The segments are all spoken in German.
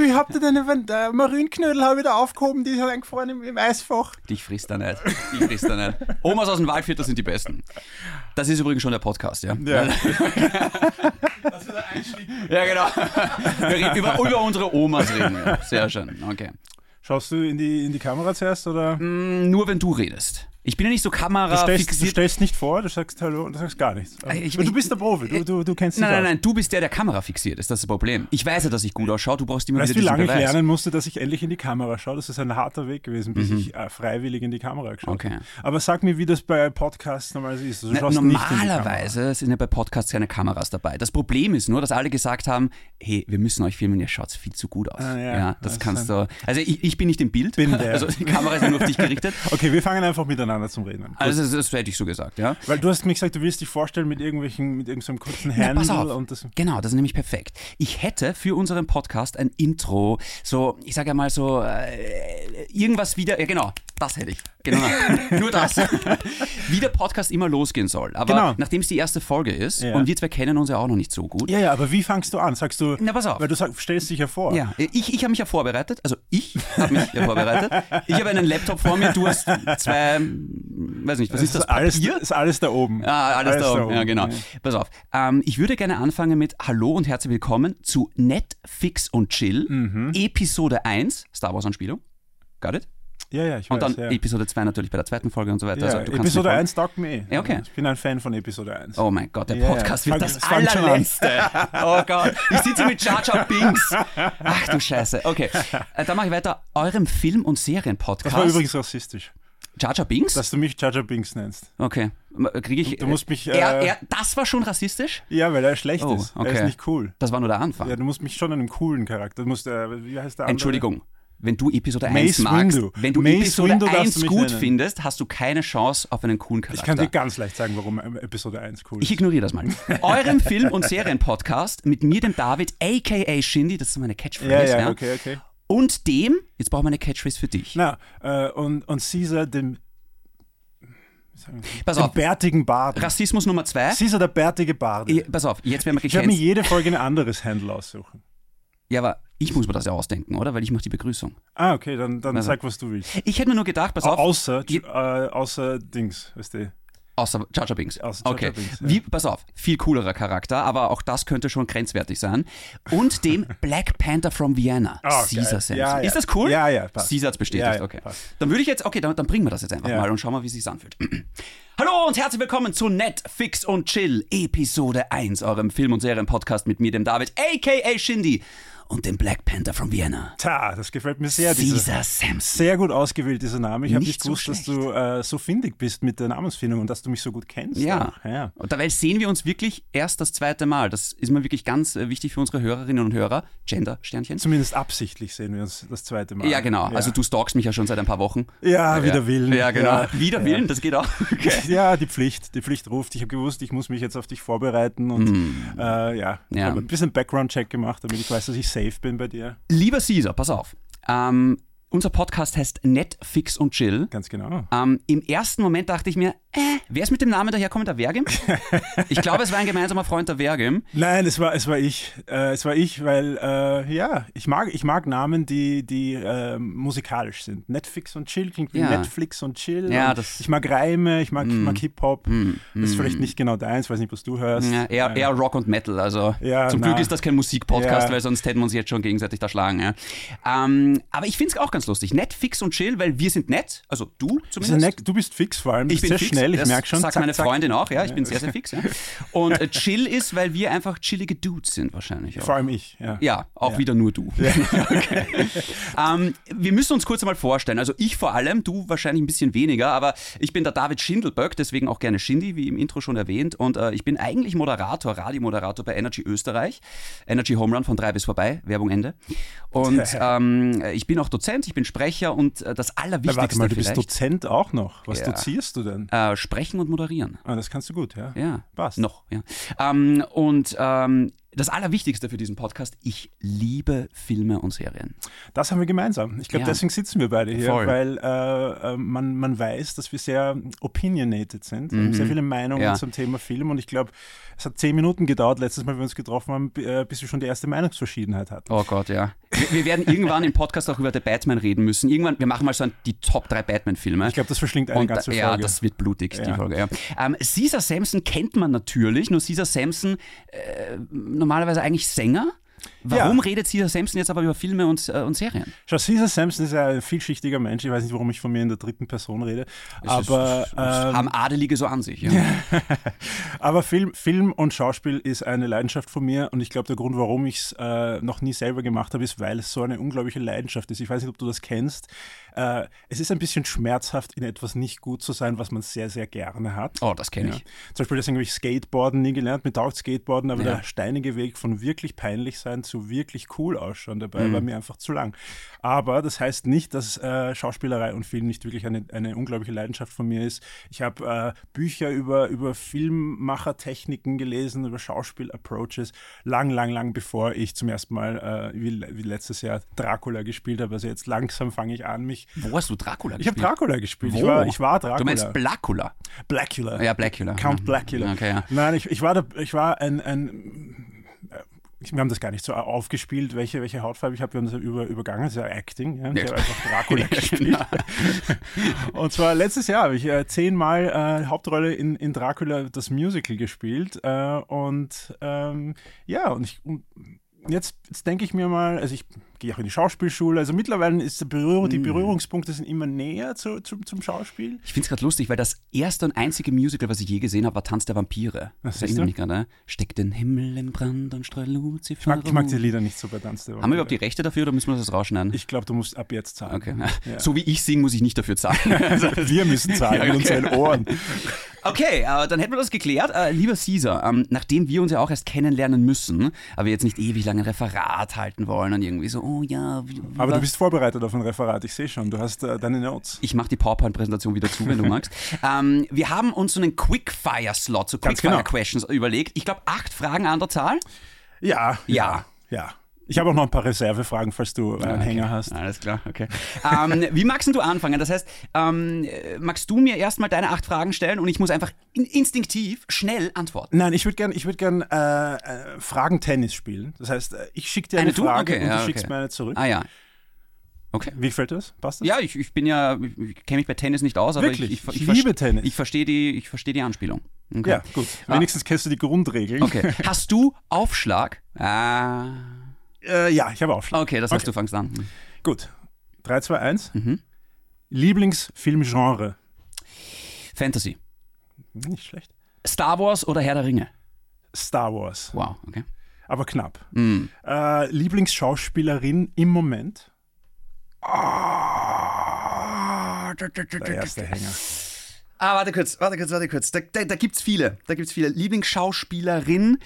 ich hab da deine Van- äh, Marienknödel hab ich da aufgehoben, die hat eingefroren im, im Eisfach. Dich frisst er nicht. Dich frisst er nicht. Omas aus dem Waldviertel sind die Besten. Das ist übrigens schon der Podcast, ja? Ja. Ja, genau. Wir reden über, über unsere Omas reden wir. Sehr schön. Okay. Schaust du in die, in die Kamera zuerst oder? Du Mm, Nur wenn du redest. Ich bin ja nicht so stellst, du kamerafixiert. stellst nicht vor, du sagst Hallo und du sagst gar nichts. Aber ich- du bist der Profi, du, du, du kennst dich Nein, nein, aus. nein, du bist der, der Kamera fixiert ist. Das ist das Problem. Ich weiß ja, dass ich gut ausschaue. Du brauchst immer Weißt wieder du, wie diesen lange ich Beweis. lernen musste, dass ich endlich in die Kamera schaue? Das ist ein harter Weg gewesen, bis ich äh, freiwillig in die Kamera geschaut Mhm. Okay. habe. Aber sag mir, wie das bei Podcasts normalerweise ist. Also, Du Na, schaust nicht in die Kamera. Ne, normalerweise sind ja bei Podcasts keine Kameras dabei. Das Problem ist nur, dass alle gesagt haben, hey, wir müssen euch filmen, ihr schaut viel zu gut aus. Ah, ja. das Das kannst du. Also ich, ich bin nicht im Bild. Bin der. Also die Kamera ist ja nur auf dich gerichtet. Okay, wir fangen einfach miteinander zum Reden an. Also das, das hätte ich so gesagt, ja. Weil du hast mir gesagt, du willst dich vorstellen mit irgendwelchen, mit irgendeinem kurzen Na, pass Handle auf. und das. Genau, das ist nämlich perfekt. Ich hätte für unseren Podcast ein Intro, so, ich sage ja mal so, äh, irgendwas wieder, ja genau, das hätte ich. Genau, nur das. Wie der Podcast immer losgehen soll. Aber Genau. nachdem es die erste Folge ist Ja. und wir zwei kennen uns ja auch noch nicht so gut. Ja, ja, aber wie fangst du an? Sagst du, Na, pass auf. weil du sag, stellst dich ja vor. Ja, ich, ich habe mich ja vorbereitet, also ich habe mich ja vorbereitet. Ich habe einen Laptop vor mir, du hast zwei, weiß nicht, was ist das, alles, Papier? ist alles da oben. Ah, alles, da oben. Ja, genau. Ja. Pass auf. Ähm, ich würde gerne anfangen mit Hallo und herzlich willkommen zu Netflix und Chill, Mhm. Episode 1, Star Wars Anspielung. Got it? Ja, ja, ich Und weiß. dann ja. Episode 2 natürlich bei der zweiten Folge und so weiter. ja, also, du kannst Episode mich- 1 taugt mir. eh. Ja, okay. Ich bin ein Fan von Episode 1. Oh mein Gott, der Ja, Podcast fang- wird das es fängt schon an. allerletzte. Oh Gott, ich sitze mit Jar Jar Binks. Ach du Scheiße. Okay, äh, dann mache ich weiter. Eurem Film- und Das war Serienpodcast. übrigens rassistisch, Jar Jar Binks? dass du mich Jaja Binks nennst. okay, kriege ich... Du musst mich. Äh, er, er, das war schon rassistisch? ja, weil er schlecht Oh, ist. Er okay. ist nicht cool. Das war nur der Anfang. Ja, du musst mich schon einen coolen Charakter. Du musst, äh, wie heißt der andere? Entschuldigung, wenn du Episode 1 Mace magst, Windu. wenn du Mace Episode Windu darfst 1 du mich gut nennen. findest, hast du keine Chance auf einen coolen Charakter. Ich kann dir ganz leicht sagen, warum äh, Episode 1 cool Ich ist. ignoriere das mal. Eurem Film- und Serienpodcast mit mir, dem David, a.k.a. Shindy, das ist meine Ja, Catchphrase, ja, okay, okay. und dem, jetzt brauchen wir eine Catchphrase für dich. Na, äh, und, und Caesar, dem, pass dem auf, bärtigen Bart. Rassismus Nummer 2. Caesar, der bärtige Bart. Ich Pass auf, jetzt werden wir werde mir gecancelt. jede Folge ein anderes Handle aussuchen. Ja, aber ich muss mir das ja ausdenken, oder? Weil ich mache die Begrüßung. Ah, okay, dann, dann sag, was du willst. Ich hätte mir nur gedacht, Also, pass auf, Außer, Je- äh, außer Dings, weißt du. Außer Jar Jar Binks. Außer Jar okay. Jar Binks, ja. Wie, pass auf, viel coolerer Charakter, aber auch das könnte schon grenzwertig sein. Und dem Black Panther from Vienna. Ah, geil. Caesar Samson. Ja, ja. Ist das cool? Ja, ja, passt. Caesars bestätigt, Ja, ja, okay. passt. Dann würde ich jetzt, okay, dann, dann bringen wir das jetzt einfach Ja. mal und schauen mal, wie es sich anfühlt. Hallo und herzlich willkommen zu Netflix und Chill, Episode 1, eurem Film- und Serienpodcast mit mir, dem David, a.k.a. Shindy und dem Black Panther from Vienna. Ta, das gefällt mir sehr, diese, Caesar Samson. sehr gut ausgewählt, dieser Name. Ich habe Nicht nicht so gewusst, dass du äh, so findig bist mit der Namensfindung und dass du mich so gut kennst. Ja. Ach, ja. Und dabei sehen wir uns wirklich erst das zweite Mal. Das ist mir wirklich ganz äh, wichtig für unsere Hörerinnen und Hörer. Gender-Sternchen. Zumindest absichtlich sehen wir uns das zweite Mal. Ja, genau. Also du stalkst mich ja schon seit ein paar Wochen. Ja, wider Willen. Ja, genau. Ja. Wider Willen, das geht auch. Okay. Ja, die Pflicht. Die Pflicht ruft. Ich habe gewusst, ich muss mich jetzt auf dich vorbereiten und äh, ja, Hm. Ja. habe ein bisschen Background-Check gemacht, damit ich weiß, dass ich safe bin bei dir. Lieber Caesar, pass auf. Ähm, unser Podcast heißt Netflix und Chill. Ganz genau. Ähm, Im ersten Moment dachte ich mir, äh, wer ist mit dem Namen daherkommt, der Vergim? Ich glaube, es war ein gemeinsamer Freund der Vergim. Nein, es war, es war ich. Äh, es war ich, weil äh, ja, ich mag, ich mag Namen, die, die äh, musikalisch sind. Netflix und Chill klingt wie Ja. Netflix und Chill. Ja, und das- Mm. ich mag Reime, ich mag, ich mag Hip-Hop. Das ist vielleicht nicht genau deins, weiß nicht, was du hörst. Ja, eher, eher Rock und Metal. Also Ja, zum na. Glück ist das kein Musikpodcast, Ja. weil sonst hätten wir uns jetzt schon gegenseitig da schlagen. Ja. Ähm, aber ich finde es auch ganz lustig. Netflix und Chill, weil wir sind nett. Also du Das ist zumindest. ja nett. Du bist fix vor allem. Ich bin sehr fix, schnell, ich das merke schon. Sagt Zack, meine zack. Freundin auch, ja. Ich bin sehr, sehr fix. Ja. Und äh, chill ist, weil wir einfach chillige Dudes sind wahrscheinlich. Auch. Vor allem ich, ja. Äh, Ja, auch wieder nur du. okay. ähm, wir müssen uns kurz einmal vorstellen. Also ich vor allem, du wahrscheinlich ein bisschen weniger, aber ich bin der David Schindelböck, deswegen auch gerne Schindy, wie im Intro schon erwähnt. Und äh, ich bin eigentlich Moderator, Radiomoderator bei Energy Österreich. Energy Home Run von drei bis vorbei, Werbung Ende. Und ähm, ich bin auch Dozent, ich bin Sprecher und äh, das Na, Allerwichtigste warte mal, du bist vielleicht, Dozent auch noch. Was Ja. dozierst du denn? äh, sprechen und moderieren. Ah, das kannst du gut, ja. Ja. Passt. Noch, ja. Ähm, und ähm, das Allerwichtigste für diesen Podcast, ich liebe Filme und Serien. Das haben wir gemeinsam. Ich glaube, Ja. deswegen sitzen wir beide hier, Voll. weil äh, äh, man, man weiß, dass wir sehr opinionated sind, Wir haben sehr viele Meinungen Mhm. Ja. zum Thema Film und ich glaube, es hat zehn Minuten gedauert, letztes Mal, wenn wir uns getroffen haben, b- äh, bis wir schon die erste Meinungsverschiedenheit hatten. Oh Gott, ja. Wir, wir werden irgendwann im Podcast auch über The Batman reden müssen. Irgendwann, wir machen mal so ein, die Top 3 Batman-Filme. Ich glaube, das verschlingt eine Und ganze da- Folge. Ja, das wird blutig, die Ja. Folge. Ja. Ähm, Caesar Sampson kennt man natürlich, nur Caesar Sampson äh, normalerweise eigentlich Sänger. Warum Ja. redet Caesar Sampson jetzt aber über Filme und, äh, und Serien? Schau, Caesar Sampson ist ja ein vielschichtiger Mensch. Ich weiß nicht, warum ich von mir in der dritten Person rede. Aber, das ist- ähm, haben Adelige so an sich. Ja. aber Film, Film und Schauspiel ist eine Leidenschaft von mir. Und ich glaube, der Grund, warum ich es äh, noch nie selber gemacht habe, ist, weil es so eine unglaubliche Leidenschaft ist. Ich weiß nicht, ob du das kennst. Äh, es ist ein bisschen schmerzhaft, in etwas nicht gut zu sein, was man sehr, sehr gerne hat. Oh, das kenne Ja. ich. Zum Beispiel deswegen habe ich Skateboarden nie gelernt. Mir taugt Skateboarden, aber Ja. der steinige Weg von wirklich peinlich sein zu wirklich cool ausschauen dabei Mhm. war mir einfach zu lang. Aber das heißt nicht, dass äh, Schauspielerei und Film nicht wirklich eine, eine unglaubliche Leidenschaft von mir ist. Ich habe äh, Bücher über, über Filmmachertechniken gelesen, über Schauspiel-Approaches, lang, lang, lang bevor ich zum ersten Mal, äh, wie, wie letztes Jahr, Dracula gespielt habe. Also jetzt langsam fange ich an, mich. Wo hast du Dracula Ich habe gespielt? Dracula gespielt. Ich Wo? war, ich war Dracula. Du meinst Blackula? Blackula. Ja, Blackula. Count ja. Blackula. Mhm. Okay, ja. Nein, ich, ich war da, ich war ein, ein äh, ich- wir haben das gar nicht so aufgespielt, welche, welche Hautfarbe ich habe. Wir haben das über, übergangen, das ist ja Acting. Ja? Ich Ja. genau. habe einfach Dracula gespielt. Und zwar letztes Jahr habe ich äh, zehnmal äh, Hauptrolle in, in Dracula, das Musical, gespielt. Äh, und ähm, ja, und ich, und jetzt, jetzt denke ich mir mal, also ich gehe auch in die Schauspielschule. Also mittlerweile ist die, Berührung, Mhm. die Berührungspunkte sind immer näher zu, zum, zum Schauspiel. Ich finde es gerade lustig, weil das erste und einzige Musical, was ich je gesehen habe, war Tanz der Vampire. Das Ah, siehst erinnert du? mich gerade. ne? Steck den Himmel in Brand und streue Lucifer. Ich mag, ich mag die Lieder nicht so bei Dance Also Haben wir überhaupt die Rechte dafür oder müssen wir das rausschneiden? Ich glaube, du musst ab jetzt zahlen. okay. ne? So wie ich singe, muss ich nicht dafür zahlen. Also, wir müssen zahlen Ja, mit okay. unseren Ohren. Okay, äh, dann hätten wir das geklärt. Äh, lieber Caesar, ähm, nachdem wir uns ja auch erst kennenlernen müssen, aber wir jetzt nicht ewig lang ein Referat halten wollen und irgendwie so, oh ja. Wie, Aber was- du bist vorbereitet auf ein Referat, ich sehe schon. Du hast äh, deine Notes. Ich mache die PowerPoint-Präsentation wieder zu, wenn du magst. ähm, wir haben uns so einen Quickfire-Slot, so Ganz genau. Quickfire-Questions überlegt. Ich glaube, acht Fragen an der Zahl. Ja. Ja. Ja. Ich habe auch noch ein paar Reservefragen, falls du Ah, äh, einen Hänger hast. Alles klar, okay. ähm, wie magst denn du anfangen? Das heißt, ähm, äh, magst du mir erstmal deine acht Fragen stellen und ich muss einfach in instinktiv schnell antworten? Nein, ich würde gern, ich würd gern äh, äh, Fragen-Tennis spielen. Das heißt, äh, ich schicke dir eine, Eine du? Frage Okay, und ja, du schickst okay. mir eine zurück. Ah ja. Okay. Wie fällt das? Passt das? Ja, ich, ich bin ja, ich- ich kenne mich bei Tennis nicht aus, aber Wirklich? ich, ich, Ich liebe verste- Tennis. Ich verstehe die, ich verstehe die Anspielung. Okay. Ja, gut. Ah. Wenigstens kennst du die Grundregeln. Okay. Hast du Aufschlag? Ah. Äh, ja, ich habe Aufschlag. Okay, das heißt, du fängst an. Gut. 3, 2, 1. Mhm. Lieblingsfilmgenre. Fantasy. Hm, Nicht schlecht. Star Wars oder Herr der Ringe? Star Wars. Wow, okay. Aber knapp. Mm. Äh, Lieblingsschauspielerin im Moment? Ah, Der erste Hänger. Ah, warte kurz, warte kurz, warte kurz. Da, da, da gibt's viele. Da gibt's viele. Lieblingsschauspielerin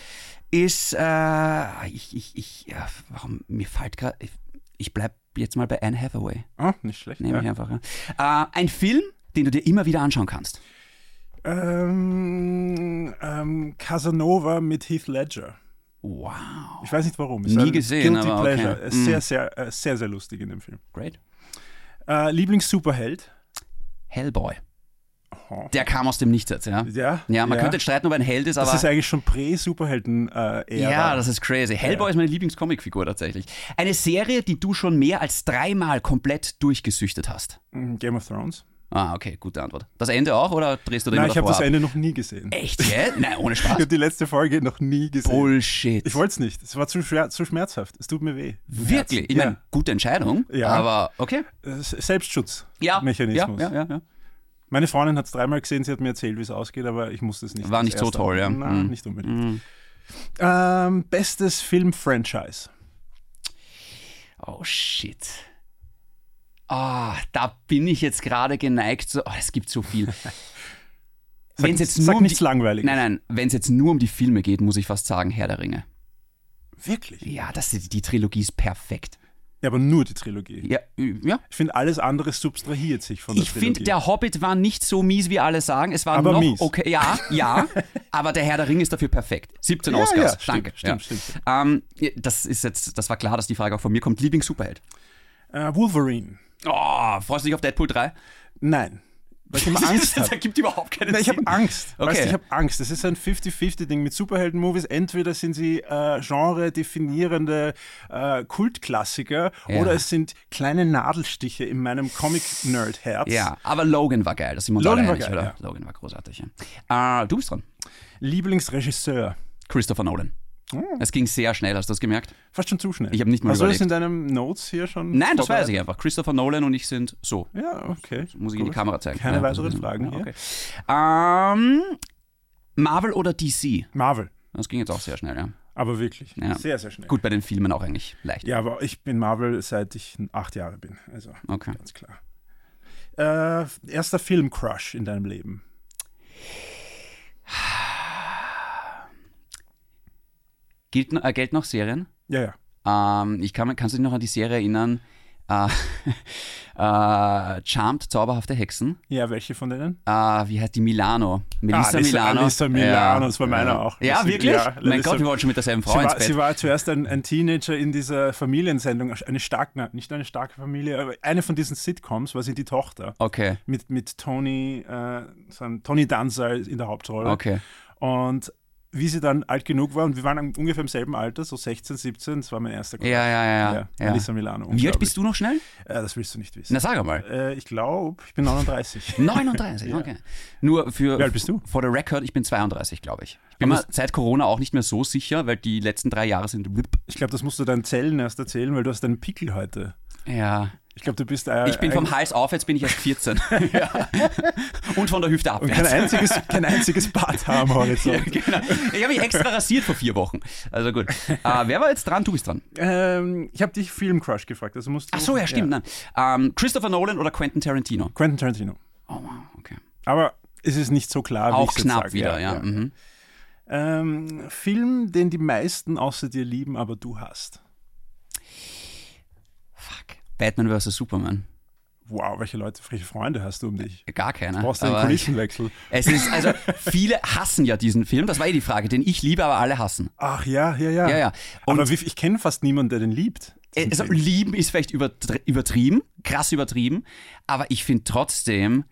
ist, äh, ich, ich, ich, ja, warum, mir fällt gerade, ich, ich bleib jetzt mal bei Anne Hathaway. Ah, nicht schlecht. Nehme Ja. ich einfach. Ja. Äh, ein Film, den du dir immer wieder anschauen kannst. Ähm, ähm, Casanova mit Heath Ledger. Wow. Ich weiß nicht warum. Ist Nie ein gesehen, Guilty aber Pleasure. okay. Hm. Ist Sehr, sehr, äh, sehr, sehr lustig in dem Film. Great. Äh, Lieblings-Superheld? Hellboy. Oh. Der kam aus dem Nichts jetzt, ja? Ja. Ja, man könnte jetzt streiten, ob er ein Held ist, aber. Das ist eigentlich schon äh, Prä-Superhelden-Ära. ja, das ist crazy. Hellboy ist meine Lieblingscomicfigur tatsächlich. Eine Serie, die du schon mehr als dreimal komplett durchgesüchtet hast. Hm, Game of Thrones. Ah, okay, gute Antwort. Das Ende auch oder drehst du den Nein, ich habe das ab? Ende noch nie gesehen. Echt, ja? Nein, ohne Ich Spaß. habe die letzte Folge noch nie gesehen. Bullshit. Ich wollte es nicht. Es war zu, schwer, zu schmerzhaft. Es tut mir weh. Im Wirklich? Ich meine, Herzen. gute Entscheidung, Ja. aber okay. Ja. Es ist Selbstschutzmechanismus. Ja, ja, ja, ja, ja. Meine Freundin hat es dreimal gesehen, sie hat mir erzählt, wie es ausgeht, aber ich musste es nicht. War das nicht so erste- toll, ja. Nein, Mhm. nicht unbedingt. Ähm, bestes Film-Franchise. Oh shit. Ah, da bin ich jetzt gerade geneigt. So, oh, es gibt so viel. Wenn es jetzt nur Sag um die, nichts Langweiliges. nein, nein, wenn es jetzt nur um die Filme geht, muss ich fast sagen Herr der Ringe. Wirklich? Ja, das die, die Trilogie ist perfekt. Ja, aber nur die Trilogie. Ja, ja. Ich finde, alles andere substrahiert sich von der Ich Trilogie. finde, der Hobbit war nicht so mies, wie alle sagen. Es war Aber noch mies. okay. Ja, ja. aber der Herr der Ring ist dafür perfekt. 17 Ja, Oscars. ja, Danke. stimmt, ja. stimmt, stimmt. Ähm, das ist jetzt, das war klar, dass die Frage auch von mir kommt. Lieblings-Superheld. äh, Wolverine. Oh, freust du dich auf Deadpool 3? Nein. Weil ich immer Angst das habe. ergibt überhaupt keinen Nein, ich habe Sinn. Angst. Okay. Weißt, du, ich habe Angst. Das ist ein 50-50-Ding mit Superhelden-Movies. Entweder sind sie äh, genre-definierende äh, Kultklassiker Ja. oder es sind kleine Nadelstiche in meinem Comic-Nerd-Herz. Ja, aber Logan war geil, das sind wir uns Logan alle war einig, geil, oder? Logan war großartig, ja. Äh, du bist dran. Lieblingsregisseur. Christopher Nolan. Oh. Es ging sehr schnell, hast du das gemerkt? Fast schon zu schnell. Ich hab nicht mal Hast du das überlegt. in deinen Notes hier schon? Nein, das vorbei- weiß ich einfach. Christopher Nolan und ich sind so. Ja, okay. Muss ich in die Gut. Kamera zeigen. Keine Ja, weiteren also- Fragen Ja, hier. okay. Ähm, Marvel oder DC? Marvel. Das ging jetzt auch sehr schnell, ja. Aber wirklich. Ja. Sehr, sehr schnell. Gut, bei den Filmen auch eigentlich leicht. Ja, aber ich bin Marvel, seit ich acht Jahre bin. Also, Okay. ganz klar. Äh, erster Film-Crush in deinem Leben. Gilt, äh, gelten noch Serien? Ja, ja. Ähm, ich kann, kannst du dich noch an die Serie erinnern? Äh, äh, Charmed, zauberhafte Hexen. Ja, welche von denen? Äh, wie heißt die Milano? Melissa Alissa- Milano. Alissa Ah, Milano, das war meine ja. auch. Ja, Das- wirklich? ja, mein Alissa- Gott, wir wollen schon mit derselben Sie Frau ins war, Bett. sie war zuerst ein, ein Teenager in dieser Familiensendung, eine starke, nicht eine starke Familie, aber eine von diesen Sitcoms war sie die Tochter. okay, Mit, mit Tony, äh, so einem Tony Danza in der Hauptrolle. okay. Und wie sie dann alt genug war, und wir waren ungefähr im selben Alter, so 16, 17, das war mein erster Ja, ja, ja. ja, ja. Melissa Milano. Wie alt bist du noch schnell? Äh, das willst du nicht wissen. Na, sag mal. Äh, ich glaube, ich bin 39. 39, okay. Nur für. Wie alt bist du? For the record, ich bin 32, glaube ich. Ich bin Aber mir seit Corona auch nicht mehr so sicher, weil die letzten drei Jahre sind. Ich glaube, das musst du deinen Zellen erst erzählen, weil du hast einen Pickel heute. Ja. Ich glaube, du bist äh, Ich bin ein- vom Hals auf, jetzt bin ich erst 14. ja. Und von der Hüfte und kein abwärts. einziges, kein einziges Bart haben Ja, Horizont. genau. Ich habe mich extra rasiert vor vier Wochen. Also gut. Äh, wer war jetzt dran? Du bist dran. ähm, ich habe dich Filmcrush gefragt, also musst du. Ach so, ja, stimmt. Nein. Ähm, Christopher Nolan oder Quentin Tarantino? Quentin Tarantino. Oh, wow, okay. Aber es ist nicht so klar, wie Auch ich's jetzt knapp sag. wieder, ja. Mhm. Ähm, Film, den die meisten außer dir lieben, aber du hast. Fuck. Batman vs. Superman. Wow, welche Leute, welche Freunde hast du um dich? Gar keine. Brauchst du einen aber- Kulissenwechsel? Es ist, also, viele hassen ja diesen Film. Das war eh die Frage, den ich liebe, aber alle hassen. Ach ja, ja, ja. Ja, ja. aber wie, ich kenne fast niemanden, der den liebt. diesen Also, Film. lieben ist vielleicht übertr- übertrieben, krass übertrieben, aber ich finde trotzdem,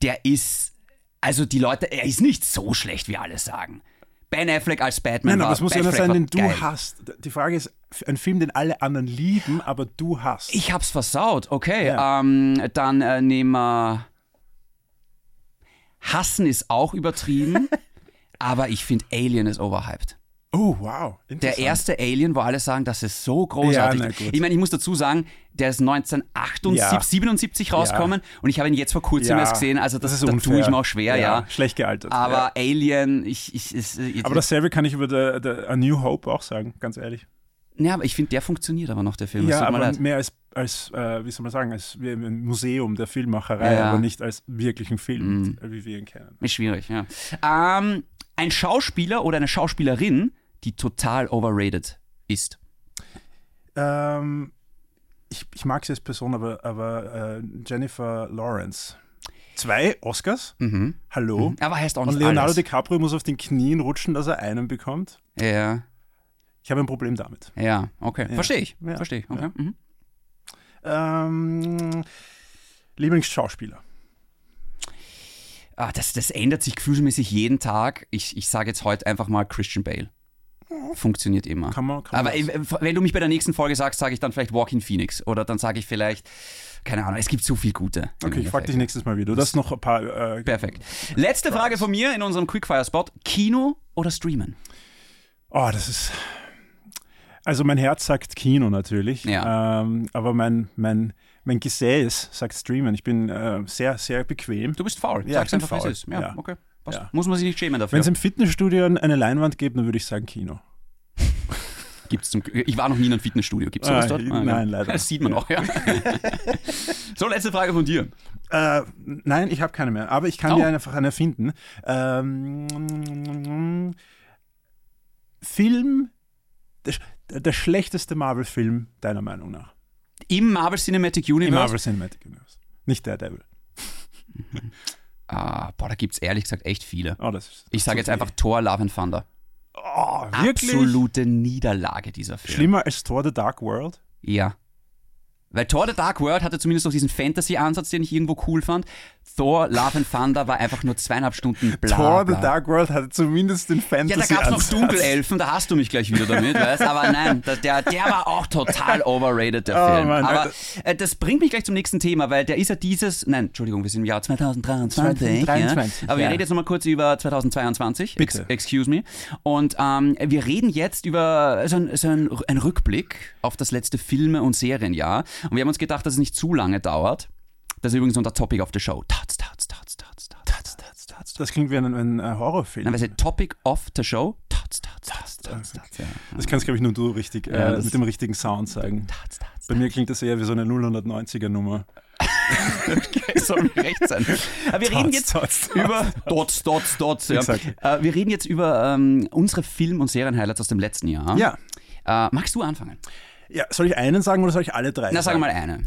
der ist, also die Leute, er ist nicht so schlecht, wie alle sagen. Ben Affleck als Batman. Nein, aber war- es muss Ben einer Affleck sein, war den du geil. hast. Die Frage ist, ein Film, den alle anderen lieben, aber du hast. Ich hab's versaut, okay. Ja. Ähm, dann äh, nehmen wir. Hassen ist auch übertrieben, aber ich finde Alien ist overhyped. oh, wow. Der interessant. erste Alien, wo alle sagen, das ist so großartig. Ja, na gut. ich meine, ich muss dazu sagen, der ist 1977 rausgekommen und ich habe ihn jetzt vor kurzem Ja, erst gesehen, also das, da unfair. tue ich mir auch schwer, ja. Schlecht gealtert. ja. Aber Alien, ich, ich, äh, ist, ich, aber dasselbe kann ich über der, der, A New Hope auch sagen, ganz ehrlich. ja, aber ich finde, der funktioniert aber noch, der Film. es Ja, tut mir aber leid. mehr als, als äh, wie soll man sagen, als wie ein Museum der Filmmacherei, Ja. Mhm. aber nicht als wirklichen Film, äh, wie wir ihn kennen. Ist schwierig, ja. Ähm, ein Schauspieler oder eine Schauspielerin, die total overrated ist. Ähm, ich, ich mag sie als Person, aber, aber äh, Jennifer Lawrence. Zwei Oscars? Mhm. Hallo? Aber heißt auch Und nicht Leonardo alles. DiCaprio muss auf den Knien rutschen, dass er einen bekommt. Ja, Ich habe ein Problem damit. ja, okay. Verstehe ich. Ja. Verstehe ich. Okay. Mhm. Ähm, Lieblingsschauspieler. Ah, das, das ändert sich gefühlsmäßig jeden Tag. Ich, ich sage jetzt heute einfach mal Christian Bale. Funktioniert immer. Kann man- kann man Aber äh, wenn du mich bei der nächsten Folge sagst, sage ich dann vielleicht Walking Phoenix. Oder dann sage ich vielleicht, keine Ahnung, es gibt so viel Gute. im Okay, ich frage Endeffekt. dich nächstes Mal wieder. Du hast noch ein paar. Äh, Perfekt. Letzte Frage von mir in unserem Quickfire-Spot. Kino oder Streamen? oh, das ist. Also mein Herz sagt Kino natürlich, Ja. ähm, aber mein, mein, mein Gesäß sagt Streamen. Ich bin äh, sehr, sehr bequem. Du bist faul. Ja, Sag's ich bin einfach, wie es ist. faul. Ja, Ja. okay. Passt. Ja. Muss man sich nicht schämen dafür. Wenn es im Fitnessstudio eine Leinwand gibt, dann würde ich sagen Kino. Gibt's zum, ich war noch nie in einem Fitnessstudio. Gibt es Ah, sowas dort? nein, ja. leider. Das sieht man auch, ja. so, letzte Frage von dir. Äh, nein, ich habe keine mehr, aber ich kann Oh. dir einfach eine finden. Ähm, Film, der, sch- der schlechteste Marvel-Film deiner Meinung nach. Im Marvel Cinematic Im Universe. Marvel Cinematic Universe. Nicht der Devil. Ah, boah, da gibt's ehrlich gesagt echt viele. Oh, das ist, Ich sage jetzt okay. einfach Ah, Thor, Love and Thunder. Oh, wirklich? Absolute Niederlage dieser Film. Schlimmer als Thor The Dark World? Ja. Weil Thor The Dark World hatte zumindest noch diesen Fantasy-Ansatz, den ich irgendwo cool fand. Thor Love and Thunder war einfach nur zweieinhalb Stunden bla, Thor bla. The Dark World hatte zumindest den Ja, Fantasy da gab es noch Ansatz. Dunkelelfen, da hast du mich gleich wieder damit, weißt Aber nein, da- der, der war auch total overrated, der Oh Film. Mann, Aber Alter. äh, das bringt mich gleich zum nächsten Thema, weil der ist ja dieses, nein, Entschuldigung, wir sind im Jahr 2023. 2023, ja? Aber ja. wir reden jetzt nochmal kurz über 2022. Bitte. Ex excuse me. Und ähm, wir reden jetzt über so ein, so ein, ein Rückblick auf das letzte Filme- und Serienjahr. Und wir haben uns gedacht, dass es nicht zu lange dauert. Das ist übrigens unser Topic of the Show. Tats, tats, tats, tats, tats, tats, tats, tats. Das klingt wie ein, ein äh, Horrorfilm. Nein, was ist Topic of the Show? Tats, tats, tats, tats, tats, ja. das kannst, glaube ich, nur du richtig Ja, äh, das- mit dem richtigen Sound sagen. Tats, tats. Bei mir klingt das eher wie so eine 090er-Nummer. Das soll mir recht sein. Aber wir reden jetzt über Dots, Dots, Dots. Ja. Exakt. Äh, wir reden jetzt über ähm, unsere Film- und Serien-Highlights aus dem letzten Jahr. Ja. Äh, magst du anfangen? ja, soll ich einen sagen oder soll ich alle drei Na, sag sagen? mal eine.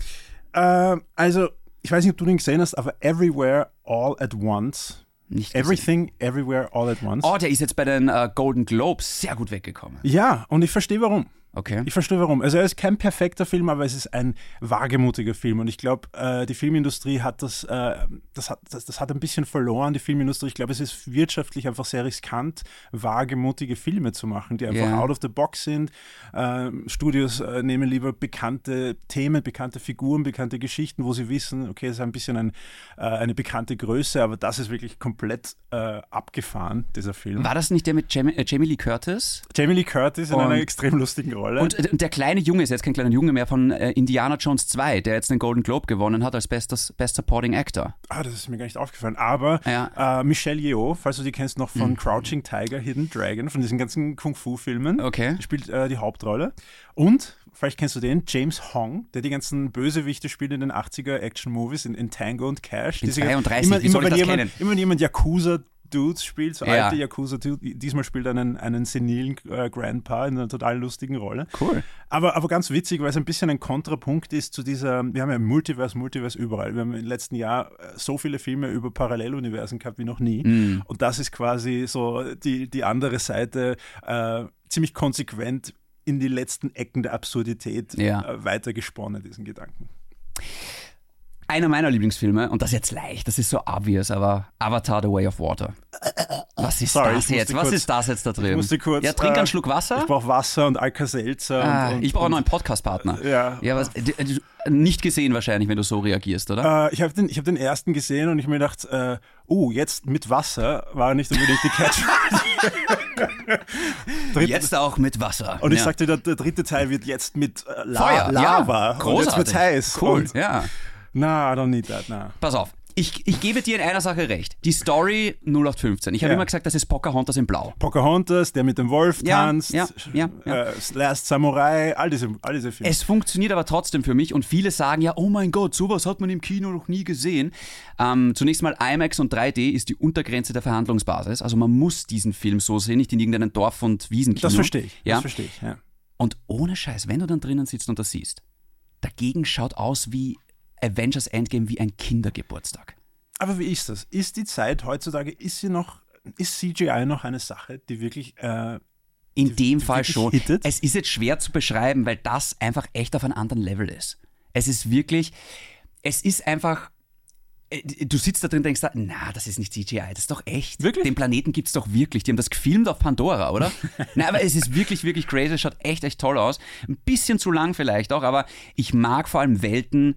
Ähm, also, ich weiß nicht, ob du den gesehen hast, aber Everywhere All at Once. Nicht gesehen. Everything, Everywhere All at Once. Oh, der ist jetzt bei den äh, Golden Globes sehr gut weggekommen. ja, und ich verstehe warum. Okay. Ich verstehe warum. Also, er ist kein perfekter Film, aber es ist ein wagemutiger Film. Und ich glaube, äh, die Filmindustrie hat das, äh, das, hat, das, das hat ein bisschen verloren, die Filmindustrie. Ich glaube, es ist wirtschaftlich einfach sehr riskant, wagemutige Filme zu machen, die einfach Ja. out of the box sind. Ähm, Studios äh, nehmen lieber bekannte Themen, bekannte Figuren, bekannte Geschichten, wo sie wissen, okay, es ist ein bisschen ein, äh, eine bekannte Größe, aber das ist wirklich komplett äh, abgefahren, dieser Film. War das nicht der mit Jamie, äh, Jamie Lee Curtis? Jamie Lee Curtis in Und- einer extrem lustigen Rolle. Und äh, der kleine Junge ist jetzt kein kleiner Junge mehr von äh, Indiana Jones 2, der jetzt den Golden Globe gewonnen hat als bestes, Best Supporting Actor. Ah, das ist mir gar nicht aufgefallen. Aber Ja. Mhm. äh, Michelle Yeoh, falls du die kennst, noch von Crouching Tiger, Hidden Dragon, von diesen ganzen Kung-Fu-Filmen, Okay. spielt äh, die Hauptrolle. Und, vielleicht kennst du den, James Hong, der die ganzen Bösewichte spielt in den 80er-Action-Movies, in, in Tango und Cash. bin Diese- 32, immer, wie soll immer, ich das wenn jemand, kennen? immer wenn jemand Yakuza... Dudes spielt, so Ja. alte Yakuza-Dudes. Diesmal spielt er einen, einen senilen äh, Grandpa in einer total lustigen Rolle. Cool. Aber, aber ganz witzig, weil es ein bisschen ein Kontrapunkt ist zu dieser, wir haben ja Multiverse, Multiverse überall. Wir haben im letzten Jahr äh, so viele Filme über Paralleluniversen gehabt wie noch nie. Mm. Und das ist quasi so die, die andere Seite, äh, ziemlich konsequent in die letzten Ecken der Absurdität Ja. äh, weitergesponnen, diesen Gedanken. Einer meiner Lieblingsfilme, und das jetzt leicht, das ist so obvious, aber Avatar The Way of Water. Was ist Sorry, ich das musste jetzt? Was kurz- ist das jetzt da drin? musste kurz, ja, trink äh, einen Schluck Wasser. Ich brauche Wasser und Alka-Seltzer. Ah, und, und, ich brauche einen und, neuen Podcast-Partner. Ja. ja was, d- d- nicht gesehen wahrscheinlich, wenn du so reagierst, oder? Äh, ich habe den, ich hab den ersten gesehen und ich hab mir gedacht, äh, oh, jetzt mit Wasser war nicht unbedingt die Catch. Dritte- jetzt auch mit Wasser. Und ich ja. sagte, der, der dritte Teil wird jetzt mit äh, La Feuer, Lava ja, und großartig. jetzt wird heiß. Cool, Und, ja. na, I don't need that, na. Pass auf. Ich, ich gebe dir in einer Sache recht. Die Story 0815. Ich habe Ja. immer gesagt, das ist Pocahontas in Blau. Pocahontas, der mit dem Wolf Ja, tanzt, ja, ja, ja. Äh, Last Samurai, all diese, all diese Filme. Es funktioniert aber trotzdem für mich und viele sagen ja, oh mein Gott, sowas hat man im Kino noch nie gesehen. Ähm, zunächst mal IMAX und 3D ist die Untergrenze der Verhandlungsbasis. Also man muss diesen Film so sehen, nicht in irgendeinem Dorf- und Wiesenkino. das verstehe ich, Ja? das verstehe ich. Ja. Und ohne Scheiß, wenn du dann drinnen sitzt und das siehst, dagegen schaut aus wie Avengers Endgame wie ein Kindergeburtstag. Aber wie ist das? Ist die Zeit heutzutage, ist sie noch, ist CGI noch eine Sache, die wirklich äh, In dem Fall wirklich schon. hittet? Es ist jetzt schwer zu beschreiben, weil das einfach echt auf einem anderen Level ist. Es ist wirklich, es ist einfach, äh, du sitzt da drin und denkst, da, na, das ist nicht CGI, das ist doch echt. Wirklich? Den Planeten gibt's doch wirklich. Die haben das gefilmt auf Pandora, oder? Nein, aber es ist wirklich, wirklich crazy. Es schaut echt, echt toll aus. Ein bisschen zu lang vielleicht auch, aber ich mag vor allem Welten,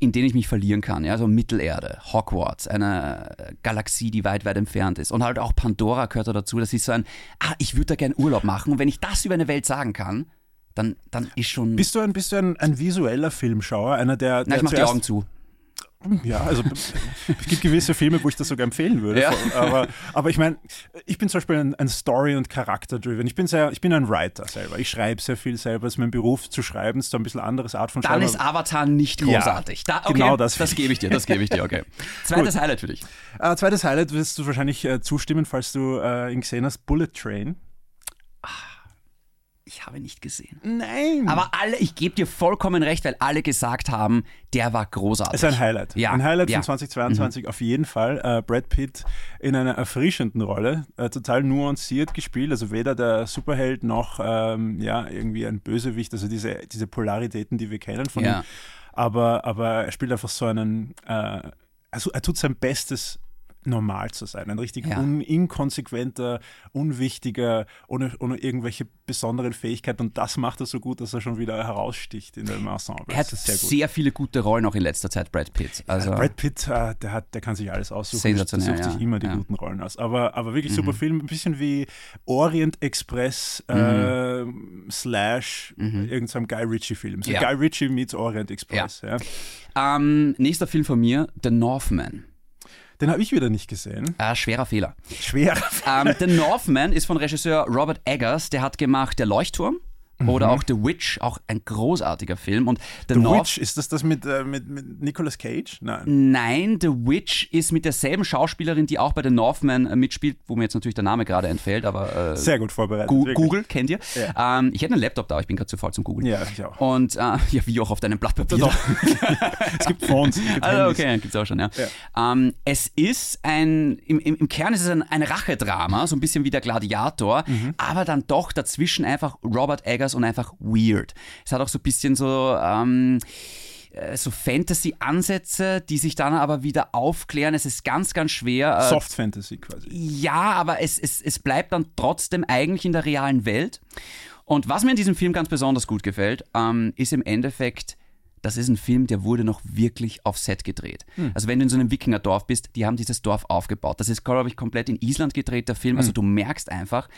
in denen ich mich verlieren kann. Ja, also Mittelerde, Hogwarts, eine Galaxie, die weit, weit entfernt ist. Und halt auch Pandora gehört da dazu. Das ist so ein, ah, ich würde da gerne Urlaub machen. Und wenn ich das über eine Welt sagen kann, dann, dann ist schon. Bist du ein, bist du ein, ein visueller Filmschauer? Einer, der. na, der ich mach die zuerst- Augen zu. Ja, also es gibt gewisse Filme, wo ich das sogar empfehlen würde. Ja. Aber, aber ich meine, ich bin zum Beispiel ein, ein Story- und Charakter-driven. Ich bin sehr, ich bin ein Writer selber. Ich schreibe sehr viel selber. Es ist mein Beruf zu schreiben. Es ist so ein bisschen anderes Art von Dann Schreiben. ist Avatar nicht großartig. da, okay, genau das. Das gebe ich dir, das gebe ich dir, okay. Zweites Highlight für dich. äh, zweites Highlight wirst du wahrscheinlich äh, zustimmen, falls du äh, ihn gesehen hast. Bullet Train. Ich habe nicht gesehen. Mhm. Nein. Aber alle, ich gebe dir vollkommen recht, weil alle gesagt haben, der war großartig. Es ist ein Highlight. Ja, Ein Highlight ja. Mhm. von 2022 auf jeden Fall. Äh, Brad Pitt in einer erfrischenden Rolle, äh, total nuanciert gespielt. Also weder der Superheld noch ähm, ja, irgendwie ein Bösewicht. Also diese, diese Polaritäten, die wir kennen von Ja. ihm. Aber, aber er spielt einfach so einen. Äh, also er tut sein Bestes, normal zu sein. Ein richtig Ja. un inkonsequenter, unwichtiger, ohne, ohne irgendwelche besonderen Fähigkeiten. Und das macht er so gut, dass er schon wieder heraussticht in dem Ensemble. Er hat Das ist sehr, gut. viele gute Rollen auch in letzter Zeit, Brad Pitt. Also, Brad Pitt, äh, der, hat, der kann sich alles aussuchen, der Sensationell, sucht sich ja. immer die Ja. Mhm. guten Rollen aus. Aber, aber wirklich super Film, ein bisschen wie Orient Express äh, slash irgendeinem Guy Ritchie-Film. So Mhm. Ja. Guy Ritchie meets Orient Express. Ja. ähm, nächster Film von mir, The Northman. Den habe ich wieder nicht gesehen. Äh, schwerer Fehler. Schwer. Ähm, The Northman ist von Regisseur Robert Eggers, der hat gemacht Der Leuchtturm oder auch The Witch, auch ein großartiger Film. Und The, Mhm. The North Witch, ist das das mit, äh, mit, mit Nicolas Cage? Nein. Nein, The Witch ist mit derselben Schauspielerin, die auch bei The Northman äh, mitspielt, wo mir jetzt natürlich der Name gerade entfällt, aber äh, Sehr gut vorbereitet. Gu- wirklich. Google kennt ihr. Ähm, ich hätte einen Laptop da, aber ich bin gerade zu faul zum Googlen. Ja, ich auch. Und äh, ja, wie auch auf deinem Blatt Papier. Doch. es gibt Fonds. Es gibt Also, Handys. okay, gibt's auch schon, ja. Ähm, es ist ein, im, im, im Kern ist es ein, ein Rachedrama, so ein bisschen wie der Gladiator, aber dann doch dazwischen einfach Robert Eggers und einfach weird. Es hat auch so ein bisschen so, ähm, äh, so Fantasy-Ansätze, die sich dann aber wieder aufklären. Es ist ganz, ganz schwer. äh, Soft Fantasy quasi. ja, aber es, es, es bleibt dann trotzdem eigentlich in der realen Welt. Und was mir in diesem Film ganz besonders gut gefällt, ähm, ist im Endeffekt, das ist ein Film, der wurde noch wirklich auf Set gedreht. Hm. Also wenn du in so einem Wikingerdorf bist, die haben dieses Dorf aufgebaut. Das ist, glaube ich, komplett in Island gedreht, der Film. Also Hm. du merkst einfach,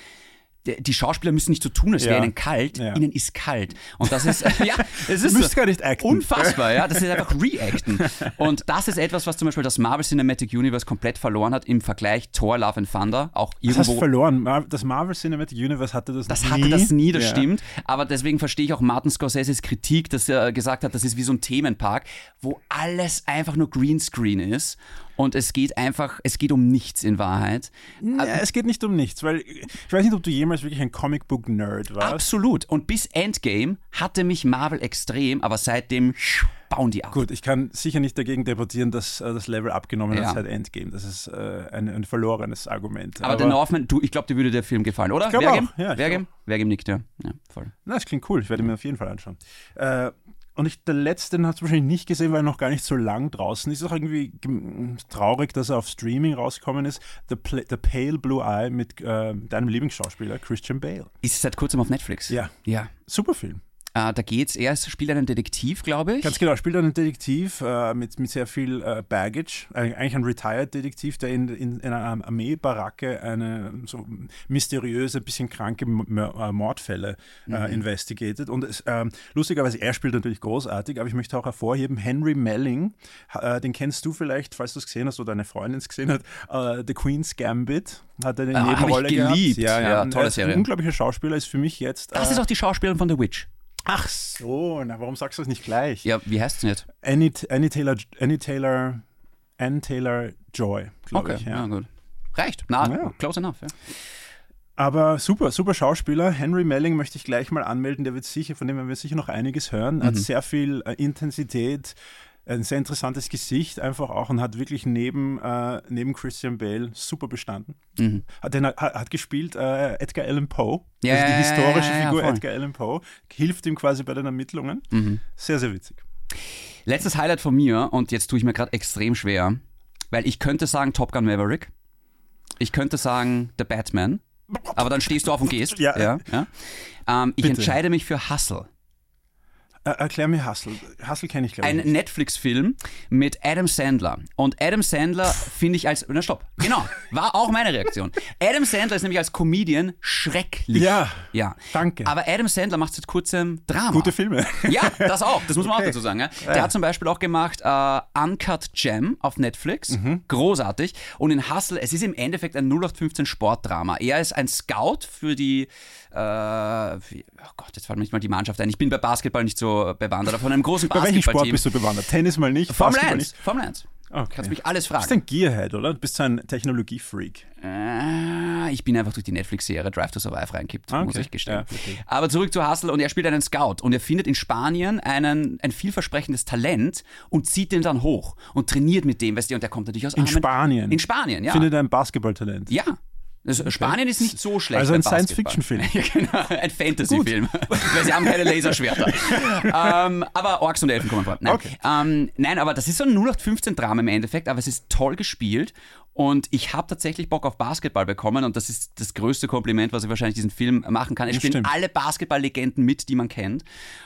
d- die Schauspieler müssen nicht so tun, als wäre Ja. ihnen kalt. Ja. Ihnen ist kalt. Und das ist, ja, es ist Du müsst so. gar nicht acten. Unfassbar, ja. Das ist einfach Reacten. Und das ist etwas, was zum Beispiel das Marvel Cinematic Universe komplett verloren hat im Vergleich Thor, Love and Thunder. Auch Das hast irgendwo. verloren. Mar- Das Marvel Cinematic Universe hatte das, das nie. hatte das nie, das Ja. stimmt. Aber deswegen verstehe ich auch Martin Scorseses Kritik, dass er gesagt hat, das ist wie so ein Themenpark, wo alles einfach nur Greenscreen ist. Und es geht einfach, es geht um nichts in Wahrheit. Äh, Ja, es geht nicht um nichts, weil ich weiß nicht, ob du jemals wirklich ein Comicbook-Nerd warst. Absolut. Und bis Endgame hatte mich Marvel extrem, aber seitdem bauen die ab. Gut, ich kann sicher nicht dagegen debattieren, dass äh, das Level abgenommen Ja. hat seit Endgame. Das ist äh, ein, ein verlorenes Argument. Aber, The Northman, du, ich glaube, dir würde der Film gefallen, oder? glaub Wer auch, geben? ja, ich Wer glaub geben? Wer geben nickt, ja. ja voll. na, das klingt cool. Ich werde mir auf jeden Fall anschauen. Äh, und ich, der letzte, den hast du wahrscheinlich nicht gesehen, weil er noch gar nicht so lang draußen ist. Ist auch irgendwie gem- traurig, dass er auf Streaming rausgekommen ist. The, Pla The Pale Blue Eye mit äh, deinem Lieblingsschauspieler Christian Bale. Ist seit kurzem auf Netflix. Ja. Ja. Super Film. Äh, da geht's. Er ist- spielt einen Detektiv, glaube ich. Ganz genau, spielt einen Detektiv äh, mit, mit sehr viel äh, Baggage, Eig- eigentlich ein Retired-Detektiv, der in, in, in einer Armeebaracke eine so mysteriöse, bisschen kranke M Mör- äh, Mordfälle Mhm. äh, investigated. Und es, ähm, lustigerweise, er spielt natürlich großartig, aber ich möchte auch hervorheben, Henry Melling, ha- äh, den kennst du vielleicht, falls du es gesehen hast oder deine Freundin es gesehen hat, äh, The Queen's Gambit hat er in Ah, hab ich Nebenrolle geliebt. gehabt. Ja, Und tolle er ist Serie. Ein unglaublicher Schauspieler ist für mich jetzt. das äh, ist auch die Schauspielerin von The Witch. ach so, na, warum sagst du es nicht gleich? Ja, wie heißt sie nicht? Annie, Annie Taylor, Annie Taylor, Ann Taylor Joy, glaube Okay, ich. ja. Ja. gut. Reicht. Na, Ja. close enough. Ja. Aber super, super Schauspieler. Henry Melling möchte ich gleich mal anmelden. Der wird sicher, von dem werden wir sicher noch einiges hören. Mhm. Hat sehr viel äh, Intensität, ein sehr interessantes Gesicht einfach auch und hat wirklich neben, äh, neben Christian Bale super bestanden. Hat, den, hat, hat gespielt äh, Edgar Allan Poe, Mhm. Ja, also die ja, ja, historische ja, ja, Figur voll. Mhm. Edgar Allan Poe, hilft ihm quasi bei den Ermittlungen. Sehr, sehr witzig. Letztes Highlight von mir, und jetzt tue ich mir gerade extrem schwer, weil ich könnte sagen Top Gun Maverick. Ich könnte sagen The Batman. Aber dann stehst du auf und gehst. Ja. ja, ja. Ähm, ich Bitte. entscheide mich für Hustle. Äh, erklär mir Hustle. Hustle kenne ich, glaube ich. ein nicht. Netflix-Film mit Adam Sandler. Und Adam Sandler finde ich als. Na, stopp. Genau. War auch meine Reaktion. Adam Sandler ist nämlich als Comedian schrecklich. Ja. Ja. Danke. Aber Adam Sandler macht seit kurzem Drama. Gute Filme. Ja, das auch. Das muss man auch dazu sagen. Ja. Der hat zum Beispiel auch gemacht äh, Uncut Gem auf Netflix. Mhm. Großartig. Und in Hustle, es ist im Endeffekt ein 0815 Sportdrama. Er ist ein Scout für die, äh, wie, oh Gott, jetzt fällt mir nicht mal die Mannschaft ein. Ich bin bei Basketball nicht so bewandert, aber von einem großen Bei welchem Sport Basketballteam. bist du bewandert? Tennis mal nicht, Formel Basketball 1. nicht. Formel 1. Okay. Kannst mich alles Du bist fragen. ein Gearhead, oder? Du bist so ein Technologiefreak. Äh, Ich bin einfach durch die Netflix-Serie Drive to Survive reingekippt, Ah, okay. muss ich gestehen. Ja, okay. Aber zurück zu Hustle und er spielt einen Scout und er findet in Spanien einen, ein vielversprechendes Talent und zieht den dann hoch und trainiert mit dem, weißt du, und der kommt natürlich aus In Spanien. In Spanien, ja. Findet ein Basketballtalent. ja. Also Spanien ist nicht so schlecht. Also ein beim Basketball. Science-Fiction-Film. Ja, genau, ein Fantasy-Film. Weil sie haben keine Laserschwerter. ähm, aber Orks und Elfen kommen vor. Nein. Okay. Ähm, nein, aber das ist so ein 0815-Drama im Endeffekt, aber es ist toll gespielt. Und ich habe tatsächlich Bock auf Basketball bekommen und das ist das größte Kompliment, was ich wahrscheinlich diesen Film machen kann. Es Das spielen stimmt. alle Basketball-Legenden mit, die man kennt.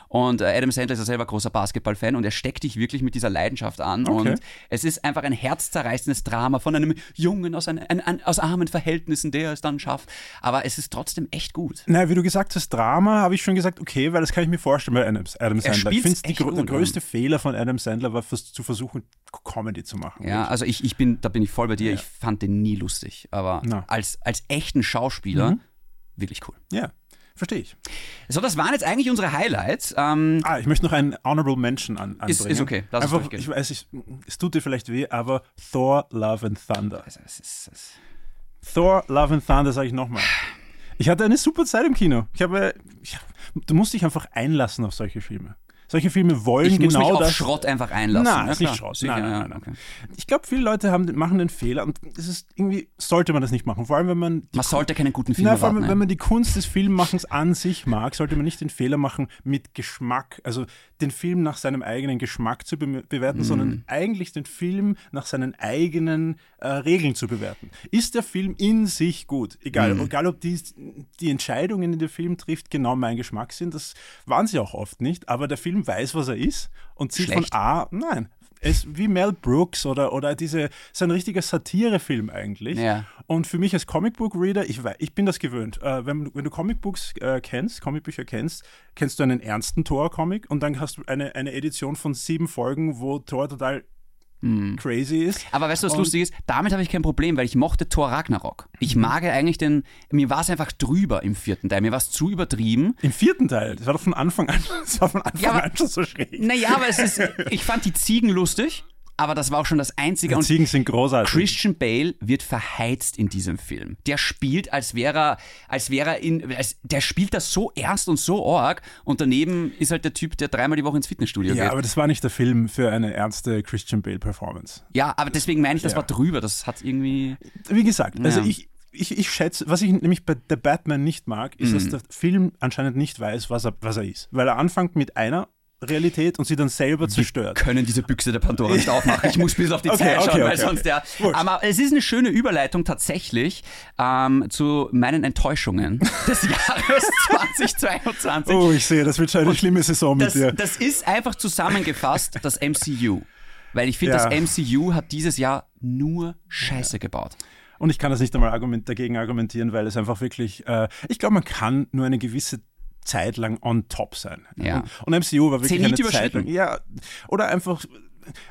Und äh, Adam Sandler ist ja selber großer Basketball-Fan und er steckt dich wirklich mit dieser Leidenschaft an. Okay. Und es ist einfach ein herzzerreißendes Drama von einem Jungen aus, ein, ein, ein, aus armen Verhältnissen, der es dann schafft. Aber es ist trotzdem echt gut. Na, wie du gesagt hast, Drama, habe ich schon gesagt, okay, weil das kann ich mir vorstellen bei Adam, Adam Sandler. Ich spielt's finde, die echt grö- der gut, ja. größte Fehler von Adam Sandler war, vers- zu versuchen, K- Comedy zu machen. Ja, also ich, ich bin, da bin ich voll bei dir. Ich fand den nie lustig. Aber Na. Mhm. als, als echten Schauspieler wirklich cool. Ja, verstehe ich. So, das waren jetzt eigentlich unsere Highlights. Ähm, Ah, ich möchte noch einen Honorable Mention an, anbringen. Ist- ist okay, lass es Einfach, durchgehen. Ich weiß, ich, es tut dir vielleicht weh, aber Thor, Love and Thunder. also es ist, es Thor, Love and Thunder, sage ich nochmal. Ich hatte eine super Zeit im Kino. Ich habe, ich, du musst dich einfach einlassen auf solche Filme. Solche Filme wollen ich muss genau mich auf das. Schrott einfach einlassen. Nein, Ja, ist klar. nicht Schrott. Sicher, Nein, nein, ja, nein, nein. okay. Ich glaube, viele Leute haben, machen den Fehler und es ist irgendwie sollte man das nicht machen. Vor allem, wenn man die, Man sollte keinen guten Film na, vor erwarten. allem, nein. wenn man die Kunst des Filmmachens an sich mag, sollte man nicht den Fehler machen, mit Geschmack, also den Film nach seinem eigenen Geschmack zu be bewerten, Mhm. sondern eigentlich den Film nach seinen eigenen äh, Regeln zu bewerten. Ist der Film in sich gut? Egal, Mhm. egal ob die, die Entscheidungen, die der Film trifft, genau mein Geschmack sind, das waren sie auch oft nicht, aber der Film weiß, was er ist und zieht Schlecht. von A, nein. Es, wie Mel Brooks oder, oder diese, ist ein richtiger Satirefilm eigentlich. Ja. Und für mich als Comicbook-Reader, ich, wei- ich bin das gewöhnt. Äh, wenn, wenn du Comicbooks äh, kennst, Comicbücher kennst, kennst du einen ernsten Thor-Comic und dann hast du eine, eine Edition von sieben Folgen, wo Thor total crazy ist. Aber weißt du, was Und- lustig ist? Damit habe ich kein Problem, weil ich mochte Thor Ragnarok. Ich Mhm. mag ja eigentlich den. Mir war es einfach drüber im vierten Teil. Mir war es zu übertrieben. Im vierten Teil, das war doch von Anfang an, das war von Anfang Ja, aber- ne, an schon so schräg. Naja, aber es ist. Ich fand die Ziegen lustig, aber das war auch schon das Einzige. Die Und Ziegen sind großartig. Christian Bale wird verheizt in diesem Film. Der spielt, als wäre er, als wäre er in. Als, der spielt das so ernst und so arg. Und daneben ist halt der Typ, der dreimal die Woche ins Fitnessstudio ja, geht. aber das war nicht der Film für eine ernste Christian Bale-Performance. ja, aber deswegen meine ich, das Ja. war drüber. Das hat irgendwie. wie gesagt, also Ja. ich, ich, ich schätze, was ich nämlich bei The Batman nicht mag, ist, Mhm. dass der Film anscheinend nicht weiß, was er, was er ist. Weil er anfängt mit einer Realität und sie dann selber zerstört. können diese Büchse der Pandora nicht aufmachen. Ich muss bis auf die Okay, Zeit schauen, okay, weil okay, sonst okay. der. Wurscht. Aber es ist eine schöne Überleitung tatsächlich ähm, zu meinen Enttäuschungen des Jahres 2022. Oh, ich sehe, das wird schon eine schlimme Saison mit das, dir. das ist einfach zusammengefasst das MCU. Weil ich finde, Ja. das MCU hat dieses Jahr nur Scheiße gebaut. Und ich kann das nicht einmal argument dagegen argumentieren, weil es einfach wirklich, äh, ich glaube, man kann nur eine gewisse Zeit lang on top sein. Ja. Und, und MCU war wirklich Zenit eine Zeit lang. überschritten. Ja, oder einfach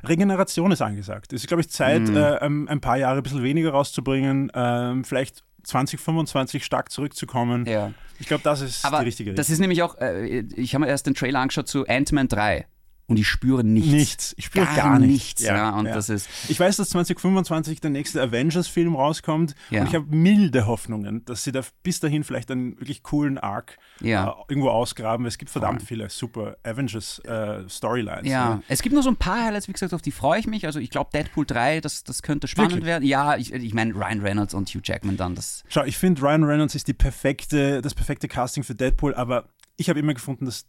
Regeneration ist angesagt. Es ist, glaube ich, Zeit, Mhm. äh, ähm, ein paar Jahre ein bisschen weniger rauszubringen, ähm, vielleicht 2025 stark zurückzukommen. Ja. Ich glaube, das ist Aber die richtige das ist nämlich auch, äh, ich habe mir erst den Trailer angeschaut zu Ant-Man 3 und ich spüre nichts. Nichts. Ich spüre Gar gar, nichts, nichts. ja, und das ist- ich weiß, dass 2025 der nächste Avengers-Film rauskommt. Ja. Und ich habe milde Hoffnungen, dass sie da bis dahin vielleicht einen wirklich coolen Arc Ja. äh, irgendwo ausgraben. Es gibt verdammt viele super Avengers-Storylines. Ja, ne? es gibt nur so ein paar Highlights, wie gesagt, auf die freue ich mich. Also ich glaube, Deadpool 3, das, das könnte spannend Wirklich? werden. Ja, ich, ich meine, Ryan Reynolds und Hugh Jackman dann, das Schau, ich finde, Ryan Reynolds ist die perfekte, das perfekte Casting für Deadpool, aber ich habe immer gefunden, dass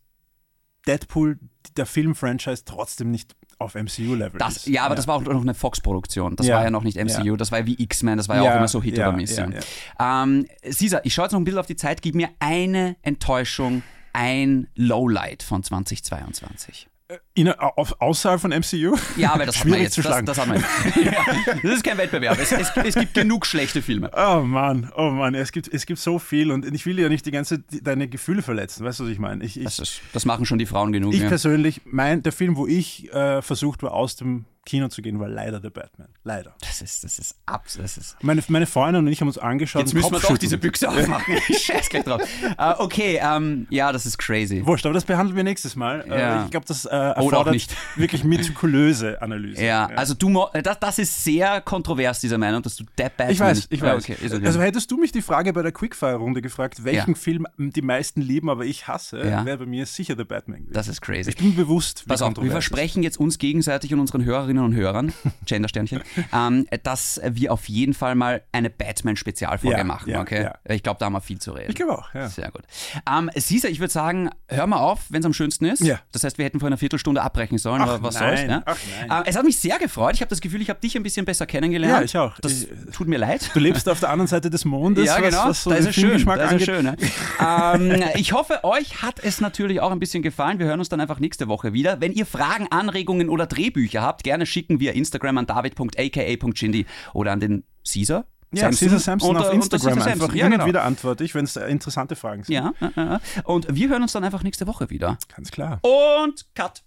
Deadpool, der Film-Franchise, trotzdem nicht auf MCU-Level Das, ist. ja, aber das war auch noch eine Fox-Produktion. Das Ja. war ja noch nicht MCU, das war ja wie X-Men, das war ja, auch Ja, immer so Hit ja, oder Miss. Ja, ja, Ähm, Caesar, ich schaue jetzt noch ein bisschen auf die Zeit, gib mir eine Enttäuschung, ein Lowlight von 2022. In, äh, auf, außerhalb von MCU? Ja, aber das hat Schwierig man jetzt. zu schlagen. Das, das hat man jetzt. ja, das ist kein Wettbewerb. Es, es, es gibt genug schlechte Filme. Oh Mann, oh Mann, es gibt, es gibt so viel und ich will ja nicht die ganze die, deine Gefühle verletzen, weißt du, was ich meine? Ich, Das, ich, ist, das machen schon die Frauen genug. ich ja. persönlich, mein, der Film, wo ich äh, versucht war, aus dem Kino zu gehen, war leider The Batman. Leider. Das ist, das ist abs. Das ist Meine, meine Freundin und ich haben uns angeschaut. Jetzt und müssen wir doch Kopfschütteln. diese Büchse aufmachen. Ich scheiß gleich drauf. Äh, okay, ähm, ja, das ist crazy. Wurscht, aber das behandeln wir nächstes Mal. Ja. Äh, ich glaube, das äh, erfordert nicht. wirklich metikulöse Analyse. Ja, also du, mo- äh, das, das ist sehr kontrovers, diese Meinung, dass du Depp Batman Ich weiß, ich Ja, weiß. Ah, okay, ist okay. Also hättest du mich die Frage bei der Quickfire-Runde gefragt, welchen Ja. Film die meisten lieben, aber ich hasse, Ja. wäre bei mir sicher The Batman gewesen. das ist crazy. ich bin bewusst, wie Pass auf, kontrovers wir es ist. versprechen jetzt uns gegenseitig und unseren Hörerinnen Hörerinnen und Hörern, Gender-Sternchen, ähm, dass wir auf jeden Fall mal eine Batman-Spezialfolge Ja, machen, ja, okay? ja. Ich glaube, da haben wir viel zu reden. Ich glaube auch, ja. Sehr gut. Ähm, Sisa, ich würde sagen, hör mal auf, wenn es am schönsten ist. Ja. Das heißt, wir hätten vor einer Viertelstunde abbrechen sollen, Ach aber was nein, soll's. Ne? ach nein. Ähm, es hat mich sehr gefreut. Ich habe das Gefühl, ich habe dich ein bisschen besser kennengelernt. Ja, ich auch. Das Ich- tut mir leid. Du lebst auf der anderen Seite des Mondes, ja, genau. was, was so da ist den es schön. Filmgeschmack Da ist es angeht. schön ne? ähm, ich hoffe, euch hat es natürlich auch ein bisschen gefallen. Wir hören uns dann einfach nächste Woche wieder. Wenn ihr Fragen, Anregungen oder Drehbücher habt, gerne schicken via Instagram an david.aka.chindi oder an den Caesar. Ja, Caesar Sampson unter- auf unter Instagram Caesar einfach. Sampson. Ja, Hin und genau. wieder antworte ich, wenn es interessante Fragen sind. Ja, äh, äh. und wir hören uns dann einfach nächste Woche wieder. Ganz klar. Und Cut.